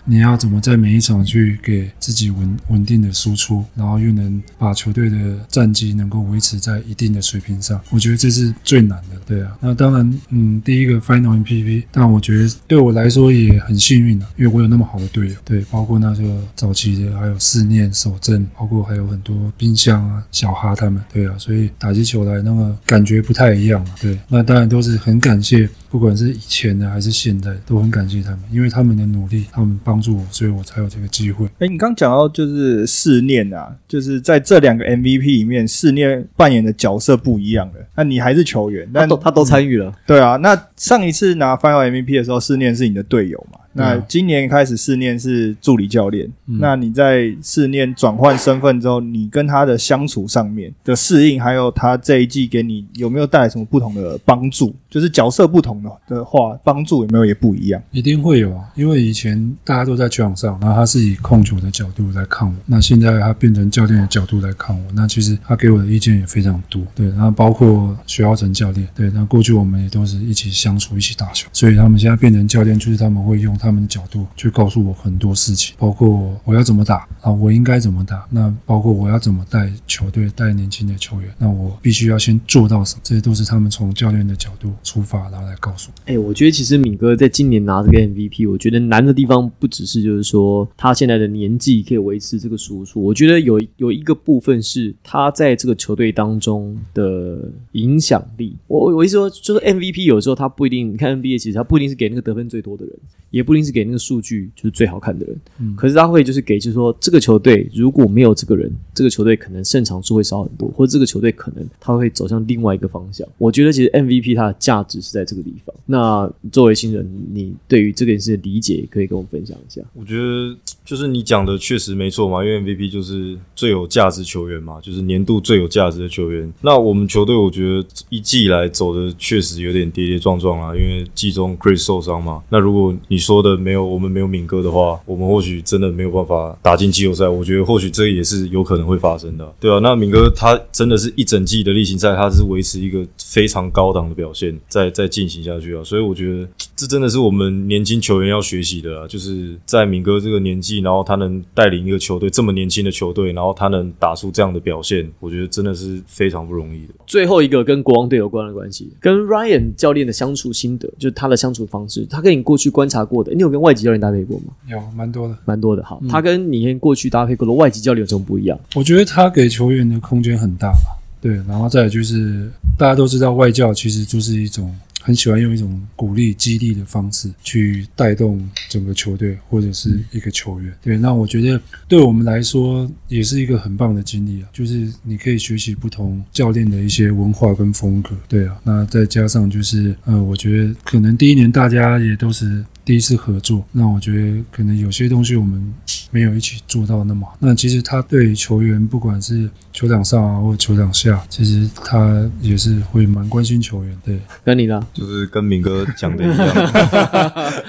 [SPEAKER 1] 你要怎么在每一场去给自己稳稳定的输出，然后又能把球队的战绩能够维持在一定的水平上，我觉得这是最难的。对啊，那当然，嗯，第一个 Final MVP，但我觉得对我来说也很幸运啊，因为我有那么好的队友，对，包括那个早期的，还有四念、守正，包括还有很多冰箱啊、小哈他们，对啊，所以打起球来那个感觉不太一样啊。对，那当然都是很感谢。不不管是以前的还是现在的，都很感谢他们，因为他们的努力，他们帮助我，所以我才有这个机会。
[SPEAKER 3] 哎，你刚讲到就是试念啊，就是在这两个 MVP 里面，试念扮演的角色不一样的。那你还是球员，
[SPEAKER 2] 他
[SPEAKER 1] 啊
[SPEAKER 3] 但
[SPEAKER 2] 都他都参与了，
[SPEAKER 3] 对啊，那上一次拿 Final MVP 的时候，试念是你的队友嘛？那
[SPEAKER 1] 嗯
[SPEAKER 3] 今年开始试念是助理教练。
[SPEAKER 1] 嗯
[SPEAKER 3] 那你在试念转换身份之后，你跟他的相处上面的适应，还有他这一季给你有没有带来什么不同的帮助？就是角色不同的的话，帮助有没有也不一样？
[SPEAKER 1] 一定会有啊，因为以前大家都在球场上，然后他是以控球的角度来看我，那现在他变成教练的角度来看我，那其实他给我的意见也非常多，对，然后包括徐浩成教练，对，那过去我们也都是一起相处，一起打球，所以他们现在变成教练，就是他们会用他们的角度去告诉我很多事情，包括我要怎么打啊，我应该怎么打，那包括我要怎么带球队、带年轻的球员，那我必须要先做到什么，这些都是他们从教练的角度出发，然后来告诉我。
[SPEAKER 2] 哎、我觉得其实敏哥在今年拿这个 MVP，我觉得难的地方不只是就是说他现在的年纪可以维持这个输出，我觉得有有一个部分是他在这个球队当中的影响力。我我我意思说，就是 MVP 有时候他不一定，你看 NBA 其实他不一定是给那个得分最多的人，也不一定是给那个数据就是最好看的人，可是他会就是给，就是说这个球队如果没有这个人，这个球队可能胜场数会少很多，或者这个球队可能他会走向另外一个方向。我觉得其实 MVP 它的价值是在这个地方。那作为新人，你对于这件事的理解可以跟我们分享一下。
[SPEAKER 4] 我觉得就是你讲的确实没错嘛，因为 MVP 就是最有价值球员嘛，就是年度最有价值的球员。那我们球队我觉得一季以来走的确实有点跌跌撞撞啊啦，因为季中 Chris 受伤嘛。那如果你说的没有我们没有敏哥的话，我们或许真的没有办法打进季后赛。我觉得或许这也是有可能会发生的，对啊。那敏哥他真的是一整季的例行赛，他是维持一个非常高档的表现，再再进行下去啊。所以我觉得这真的是我们年轻球员要学习的啊，就是在敏哥这个年纪，然后他能带领一个球队这么年轻的球队，然后他能打出这样的表现，我觉得真的是非常不容易的。
[SPEAKER 2] 最后一个跟国王队有关的关系，跟 Ryan 教练的相处心得，就是他的相处方式。他跟你过去观察过的，你有跟外籍教练搭配过吗？
[SPEAKER 1] 有蛮多的。
[SPEAKER 2] 蛮多的。好，他跟你跟过去搭配过的外籍教练有什么不一样？
[SPEAKER 1] 我觉得他给球员的空间很大吧。对，然后再来就是大家都知道外教其实就是一种很喜欢用一种鼓励、激励的方式去带动整个球队或者是一个球员。对，那我觉得对我们来说也是一个很棒的经历啊，就是你可以学习不同教练的一些文化跟风格。对啊，那再加上就是呃，我觉得可能第一年大家也都是第一次合作，那我觉得可能有些东西我们没有一起做到那么好。那其实他对球员，不管是球场上啊或球场下，其实他也是会蛮关心球员。对，
[SPEAKER 2] 那你呢？
[SPEAKER 4] 就是跟敏哥讲的一样，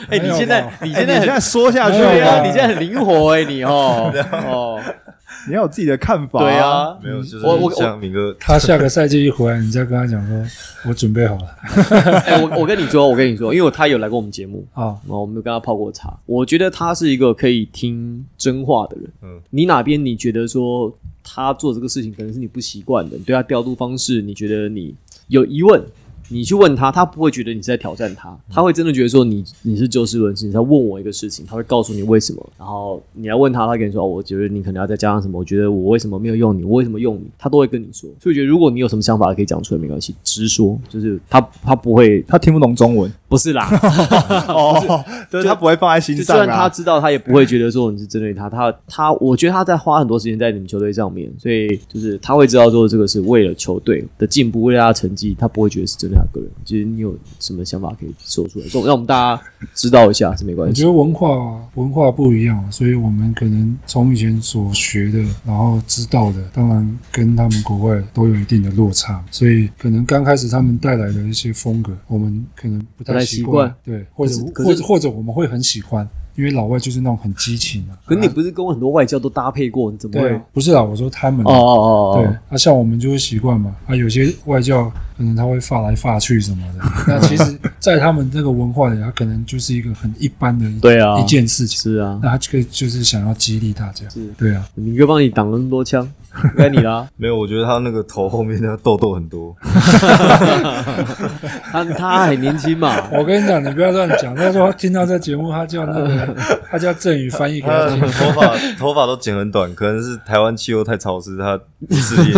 [SPEAKER 2] 哎、你现在你现
[SPEAKER 3] 哎你
[SPEAKER 2] 在
[SPEAKER 3] 现
[SPEAKER 2] 很
[SPEAKER 3] 在说下去
[SPEAKER 2] 对啊，
[SPEAKER 3] 啊，
[SPEAKER 2] 你现在很灵活哎、你 哦哦，
[SPEAKER 3] 你要有自己的看法。
[SPEAKER 2] 对，啊，
[SPEAKER 4] 没有，就是
[SPEAKER 2] 我我
[SPEAKER 4] 像敏哥
[SPEAKER 1] 他下个赛季一回来，你再跟他讲说，我准备好了
[SPEAKER 2] 哎、我我跟你说，我跟你说，因为他有来过我们节目，
[SPEAKER 1] 啊。
[SPEAKER 2] 然后我们有跟他泡过茶，我觉得他是一个可以听真话的人。嗯
[SPEAKER 4] 嗯，
[SPEAKER 2] 你哪边你觉得说他做这个事情可能是你不习惯的，你对他调度方式，你觉得你有疑问，你去问他，他不会觉得你是在挑战他，他会真的觉得说你你是就事论事，你在问我一个事情，他会告诉你为什么，然后你来问他，他跟你说，哦，我觉得你可能要再加上什么，我觉得我为什么没有用你，我为什么用你，他都会跟你说。所以我觉得如果你有什么想法可以讲出来，没关系，直说，就是他他不会，
[SPEAKER 3] 他听不懂中文
[SPEAKER 2] 不是啦。
[SPEAKER 3] 哦，对，
[SPEAKER 2] 就
[SPEAKER 3] 他不会放在心
[SPEAKER 2] 就
[SPEAKER 3] 上
[SPEAKER 2] 算他
[SPEAKER 3] 啊。
[SPEAKER 2] 知道，他也不会觉得说你是针对他。他他，我觉得他在花很多时间在你们球队上面，所以就是他会知道说这个是为了球队的进步，为了他的成绩，他不会觉得是针对他个人。就是你有什么想法可以说出来，说让我们大家知道一下是没
[SPEAKER 1] 我
[SPEAKER 2] 关
[SPEAKER 1] 觉
[SPEAKER 2] 系。
[SPEAKER 1] 得文化文化不一样，所以我们可能从以前所学的，然后知道的，当然跟他们国外都有一定的落差，所以可能刚开始他们带来的一些风格，我们可能不
[SPEAKER 2] 不
[SPEAKER 1] 太
[SPEAKER 2] 太
[SPEAKER 1] 习
[SPEAKER 2] 习
[SPEAKER 1] 惯
[SPEAKER 2] 惯，
[SPEAKER 1] 对，或者
[SPEAKER 2] 可是
[SPEAKER 1] 或者或者我们会很喜欢，因为老外就是那种很激情的、啊。
[SPEAKER 2] 可是你不是跟我很多外教都搭配过，你怎么会？
[SPEAKER 1] 对
[SPEAKER 2] 哦，
[SPEAKER 1] 不是啊，我说他们啊、
[SPEAKER 2] 哦哦
[SPEAKER 1] 对
[SPEAKER 2] 哦，，
[SPEAKER 1] 那、像我们就会习惯嘛，啊，有些外教可能他会发来发去什么 的，那其实，在他们这个文化里，他可能就是一个很一般的一
[SPEAKER 2] 对啊
[SPEAKER 1] 一件事情，
[SPEAKER 2] 是啊，
[SPEAKER 1] 那他这个就是想要激励大家
[SPEAKER 2] 是，
[SPEAKER 1] 对啊，
[SPEAKER 2] 明哥帮你挡了那么多枪，该你啦。
[SPEAKER 4] 没有，我觉得他那个头后面那个痘痘很多，
[SPEAKER 2] 他他还年轻嘛，
[SPEAKER 1] 我跟你讲，你不要乱讲。他说听到这节目，他叫那个，他叫郑宇翻译给
[SPEAKER 4] 他
[SPEAKER 1] 他
[SPEAKER 4] 的
[SPEAKER 1] 听。
[SPEAKER 4] 头发头发都剪很短，可能是台湾气候太潮湿，他不适应，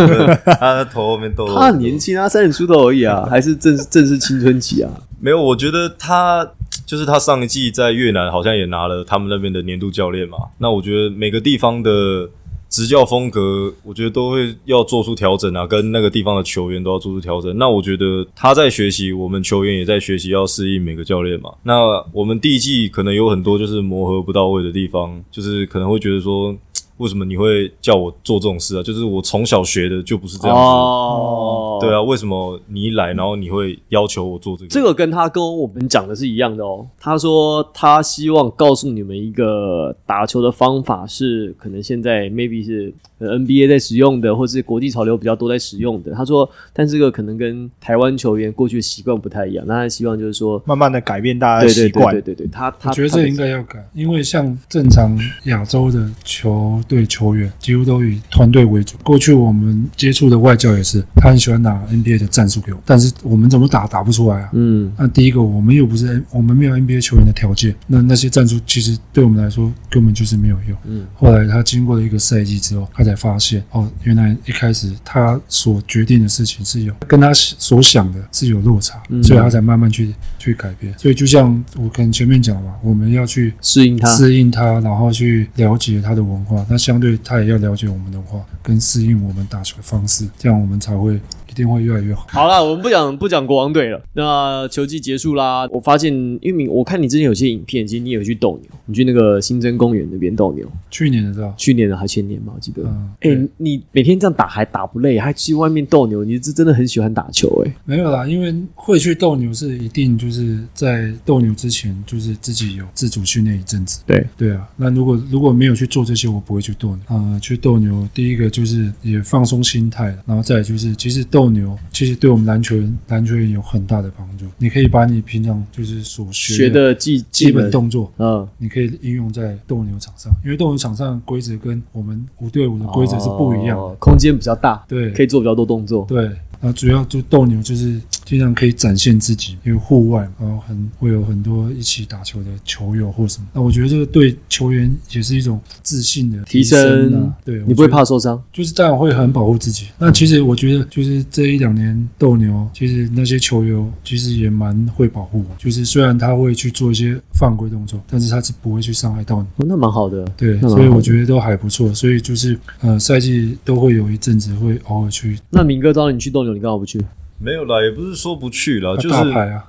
[SPEAKER 4] 他的头后面痘痘。
[SPEAKER 2] 他很年轻啊，三十出头而已啊，还是正正是青春期啊。
[SPEAKER 4] 没有，我觉得他就是他上一季在越南好像也拿了他们那边的年度教练嘛。那我觉得每个地方的执教风格，我觉得都会要做出调整啊，跟那个地方的球员都要做出调整。那我觉得他在学习，我们球员也在学习，要适应每个教练嘛。那我们第一季可能有很多就是磨合不到位的地方，就是可能会觉得说。为什么你会叫我做这种事啊？就是我从小学的就不是这样子，
[SPEAKER 2] 哦
[SPEAKER 4] 对啊，为什么你一来，然后你会要求我做这个？
[SPEAKER 2] 这个跟他跟我们讲的是一样的哦。他说他希望告诉你们一个打球的方法是，可能现在 maybe 是呃 NBA 在使用的，或是国际潮流比较多在使用的。他说，但这个可能跟台湾球员过去的习惯不太一样。那他希望就是说，
[SPEAKER 3] 慢慢的改变大家
[SPEAKER 2] 对
[SPEAKER 3] 的
[SPEAKER 2] 对
[SPEAKER 3] 习
[SPEAKER 2] 对
[SPEAKER 3] 惯
[SPEAKER 2] 对。对对，他他
[SPEAKER 1] 我觉得这应该要改，因为像正常亚洲的球队球员几乎都以团队为主。过去我们接触的外教也是，他很喜欢拿 NBA 的战术给我，但是我们怎么打打不出来啊。
[SPEAKER 2] 嗯
[SPEAKER 1] 那第一个，我们又不是 N- 我们没有 NBA 球员的条件，那那些战术其实对我们来说根本就是没有用。
[SPEAKER 2] 嗯，
[SPEAKER 1] 后来他经过了一个赛季之后，他才发现哦，原来一开始他所决定的事情是有跟他所想的是有落差，
[SPEAKER 2] 嗯
[SPEAKER 1] 所以他才慢慢去去改变。所以就像我跟前面讲的嘛，我们要去
[SPEAKER 2] 适应他。
[SPEAKER 1] 适应他，然后去了解他的文化，那相对他也要了解我们的文化，跟适应我们打球的方式，这样我们才会一定会越来越好。
[SPEAKER 2] 好啦，我们不讲不讲国王队了。那球季结束啦，我发现玉明，我看你之前有些影片，其实你有去斗牛，你去那个新增公园那边斗牛，
[SPEAKER 1] 去年的知道，
[SPEAKER 2] 去年的还前年吧，我记得。
[SPEAKER 1] 嗯，
[SPEAKER 2] 哎、
[SPEAKER 1] 对
[SPEAKER 2] 你每天这样打还打不累，还去外面斗牛，你是真的很喜欢打球哎、
[SPEAKER 1] 没有啦，因为会去斗牛是一定就是在斗牛之前，就是自己有自主训练一阵子。
[SPEAKER 2] 对
[SPEAKER 1] 对啊，那如果如果没有去做这些，我不会去斗牛。呃，去斗牛，第一个就是也放松心态，然后再来就是，其实斗牛其实对我们篮球人篮球人有很大的帮助。你可以把你平常就是所
[SPEAKER 2] 学
[SPEAKER 1] 的
[SPEAKER 2] 的技
[SPEAKER 1] 基
[SPEAKER 2] 技能
[SPEAKER 1] 本，动作，
[SPEAKER 2] 嗯，
[SPEAKER 1] 你可以应用在斗牛场上，因为斗牛场上的规则跟我们五对五的规则是不一样的。
[SPEAKER 2] 哦空间比较大，
[SPEAKER 1] 对，
[SPEAKER 2] 哦可以做比较多动作。
[SPEAKER 1] 对，然后主要就斗牛就是尽量可以展现自己，因为户外嘛，然后很会有很多一起打球的球友或什么。那我觉得这个对球员也是一种自信的
[SPEAKER 2] 提
[SPEAKER 1] 升
[SPEAKER 2] 升
[SPEAKER 1] 啊。对，我
[SPEAKER 2] 你不会
[SPEAKER 1] 觉得
[SPEAKER 2] 怕受伤？
[SPEAKER 1] 就是当然会很保护自己。那其实我觉得，就是这一两年斗牛，其实那些球友其实也蛮会保护我。就是虽然他会去做一些犯规动作，但是他是不会去伤害到你。
[SPEAKER 2] 哦，那蛮好的。
[SPEAKER 1] 对，
[SPEAKER 2] 那蛮
[SPEAKER 1] 所以
[SPEAKER 2] 好
[SPEAKER 1] 我
[SPEAKER 2] 的
[SPEAKER 1] 觉得都还不错。所以就是呃，赛季都会有一阵子会偶尔去
[SPEAKER 2] 那明哥招你去斗牛，你干嘛不去？
[SPEAKER 4] 没有啦，也不是说不去
[SPEAKER 2] 呃
[SPEAKER 4] 啦，就是
[SPEAKER 1] 大牌啊。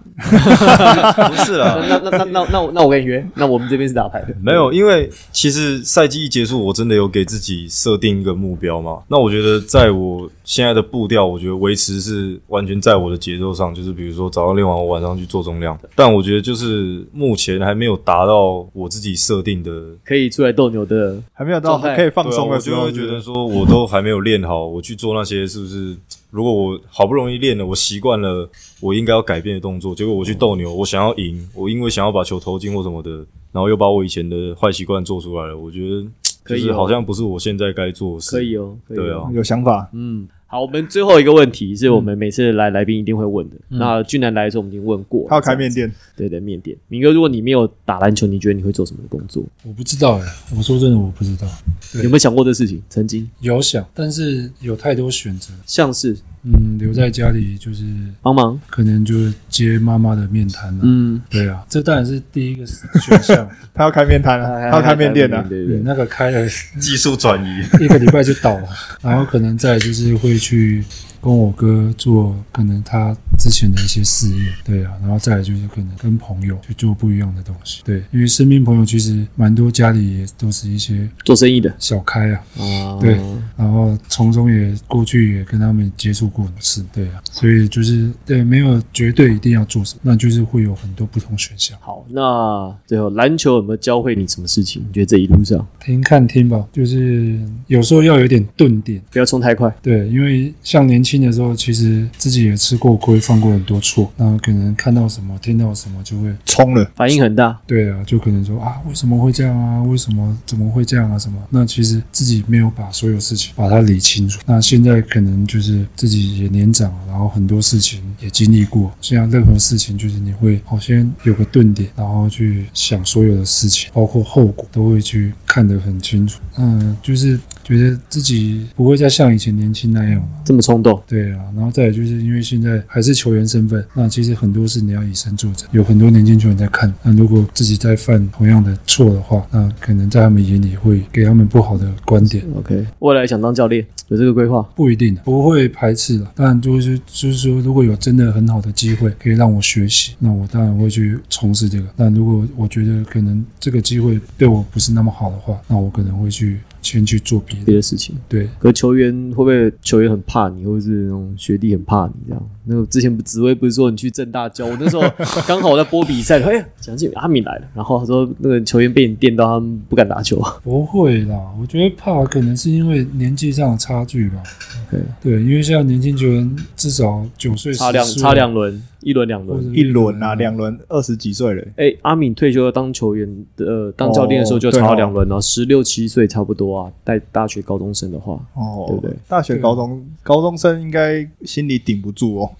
[SPEAKER 4] 不 是啦，
[SPEAKER 2] 啊那那那那那我那我跟你约，那我们这边是打牌的。
[SPEAKER 4] 没有，因为其实赛季一结束，我真的有给自己设定一个目标嘛。那我觉得在我现在的步调，我觉得维持是完全在我的节奏上，就是比如说早上练完，我晚上去做重量。但我觉得就是目前还没有达到我自己设定的。
[SPEAKER 2] 可以出来斗牛的，
[SPEAKER 3] 还没有到
[SPEAKER 2] 状态
[SPEAKER 3] 可以放
[SPEAKER 4] 对啊
[SPEAKER 3] 松
[SPEAKER 4] 我
[SPEAKER 3] 的时
[SPEAKER 4] 就
[SPEAKER 3] 候，
[SPEAKER 4] 会觉得说，我都还没有练好，我去做那些是不是？如果我好不容易练了，我习惯了我应该要改变的动作，结果我去斗牛，我想要赢，我因为想要把球投进或什么的，然后又把我以前的坏习惯做出来了，我觉得
[SPEAKER 2] 可以
[SPEAKER 4] 就是
[SPEAKER 2] 哦
[SPEAKER 4] 好像不是我现在该做的事。
[SPEAKER 2] 可以哦，可以哦
[SPEAKER 4] 对啊，
[SPEAKER 3] 有想法，
[SPEAKER 2] 嗯，好，我们最后一个问题是我们每次来来宾一定会问的。那俊南来的时候我们已经问过，
[SPEAKER 3] 他要开面店，
[SPEAKER 2] 对对，缅甸。明哥，如果你没有打篮球，你觉得你会做什么工作？
[SPEAKER 1] 我不知道哎、我说真的，我不知道。对
[SPEAKER 2] 有没有想过这事情？曾经
[SPEAKER 1] 有想，但是有太多选择。
[SPEAKER 2] 像是
[SPEAKER 1] 嗯，留在家里就是
[SPEAKER 2] 帮忙，
[SPEAKER 1] 可能就是接妈妈的面谈了、
[SPEAKER 2] 嗯，
[SPEAKER 1] 对啊，这当然是第一个选项。
[SPEAKER 3] 他要开面摊啊，他要开面店的、
[SPEAKER 2] 对
[SPEAKER 1] 对，
[SPEAKER 2] 对对，
[SPEAKER 1] 那个开了
[SPEAKER 4] 技术转移，
[SPEAKER 1] 一个礼拜就倒了，然后可能再就是会去跟我哥做可能他之前的一些事业，对啊，然后再来就是可能跟朋友去做不一样的东西，对，因为身边朋友其实蛮多，家里也都是一些
[SPEAKER 2] 做生意的
[SPEAKER 1] 小开啊，
[SPEAKER 3] 嗯
[SPEAKER 2] 啊，
[SPEAKER 1] 对然后从中也过去也跟他们接触过很多次，对啊，所以就是对，没有绝对一定要做什么，那就是会有很多不同选项，
[SPEAKER 2] 好，那最后篮球有没有教会你什么事情？你觉得这一路上
[SPEAKER 1] 听看听吧，就是有时候要有点顿点，
[SPEAKER 2] 不要冲太快，
[SPEAKER 1] 对，因为像年轻的时候，其实自己也吃过亏，犯过很多错，那可能看到什么、听到什么就会，
[SPEAKER 3] 冲了，
[SPEAKER 2] 反应很大，
[SPEAKER 1] 对啊，就可能说啊，为什么会这样啊？为什么怎么会这样啊？什么？那其实自己没有把所有事情把它理清楚。那现在可能就是自己也年长了，然后很多事情也经历过，现在任何事情就是你会好先有个顿点，然后去想所有的事情，包括后果都会去看得很清楚。嗯，就是觉得自己不会再像以前年轻那样了。
[SPEAKER 2] 这么冲动，
[SPEAKER 1] 对啊，然后再来就是因为现在还是球员身份，那其实很多事你要以身作则，有很多年轻球员在看，那如果自己再犯同样的错的话，那可能在他们眼里会给他们不好的观点。
[SPEAKER 2] OK，未来想当教练，有这个规划。
[SPEAKER 1] 不一定，啊不会排斥的。但就是就是说，如果有真的很好的机会可以让我学习，那我当然会去从事这个。但如果我觉得可能这个机会对我不是那么好的话，那我可能会去先去做别
[SPEAKER 2] 别
[SPEAKER 1] 的。
[SPEAKER 2] 的事情，
[SPEAKER 1] 对，
[SPEAKER 2] 可球员会不会球员很怕你，或者是那种学弟很怕你这样？那个之前不紫薇不是说你去正大教，我那时 候刚好我在播比赛，哎呀，蒋劲阿敏来了，然后他说那个球员被你电到，他们不敢打球。
[SPEAKER 1] 不会啦。我觉得怕可能是因为年纪上的差距吧。
[SPEAKER 2] OK
[SPEAKER 1] 对，因为现在年轻球员至少九岁、
[SPEAKER 2] 差两
[SPEAKER 1] 10岁
[SPEAKER 2] 差两轮，一轮两
[SPEAKER 1] 或者
[SPEAKER 2] 轮。
[SPEAKER 3] 一轮啊，两轮二十几岁了欸、
[SPEAKER 2] 哎、阿敏退休当球员的、呃、当教练的时候就
[SPEAKER 3] 哦对
[SPEAKER 2] 差
[SPEAKER 3] 哦
[SPEAKER 2] 两轮了，十六七岁差不多啊。带大学高中生的话，
[SPEAKER 3] 哦，
[SPEAKER 2] 对不对？
[SPEAKER 3] 大学、高中、高中生应该心里顶不住哦。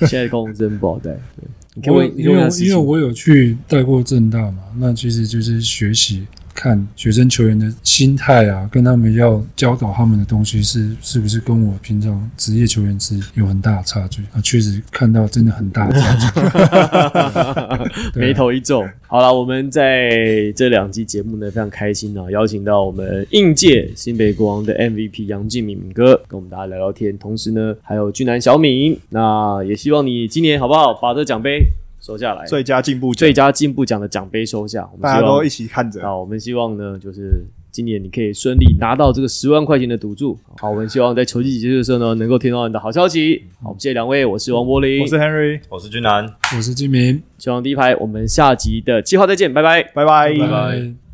[SPEAKER 2] 现在高中生不好带。对，你可以
[SPEAKER 1] 我
[SPEAKER 2] 问，你可
[SPEAKER 1] 因
[SPEAKER 2] 以问
[SPEAKER 1] 为
[SPEAKER 2] 他
[SPEAKER 1] 我
[SPEAKER 2] 事
[SPEAKER 1] 因为
[SPEAKER 2] 情。
[SPEAKER 1] 我有去带过正大嘛，那其实就是学习看学生球员的心态啊，跟他们要教导他们的东西是是不是跟我平常职业球员是有很大的差距啊？确实看到真的很大的差距。对啊
[SPEAKER 2] 眉头一皱。好了，我们在这两期节目呢，非常开心啊，邀请到我们应届新北国王的 MVP 杨敬敏敏哥，跟我们大家聊聊天。同时呢，还有俊男小敏，那也希望你今年好不好把这奖杯收下来，
[SPEAKER 3] 最佳进步奖
[SPEAKER 2] 最，佳进步奖的奖杯收下。我们
[SPEAKER 3] 大
[SPEAKER 2] 希
[SPEAKER 3] 家
[SPEAKER 2] 望
[SPEAKER 3] 都一起看着。
[SPEAKER 2] 那我们希望呢，就是今年你可以顺利拿到这个十万块钱的赌注。好，我们希望在球季结束的时候呢，能够听到你的好消息。好，谢谢两位，我是王柏林
[SPEAKER 3] 我，是 Henry，
[SPEAKER 4] 我是君南。
[SPEAKER 1] 我是金明，
[SPEAKER 2] 球王第一排，我们下集的计划再见，拜拜。
[SPEAKER 3] 拜拜。
[SPEAKER 1] 拜拜。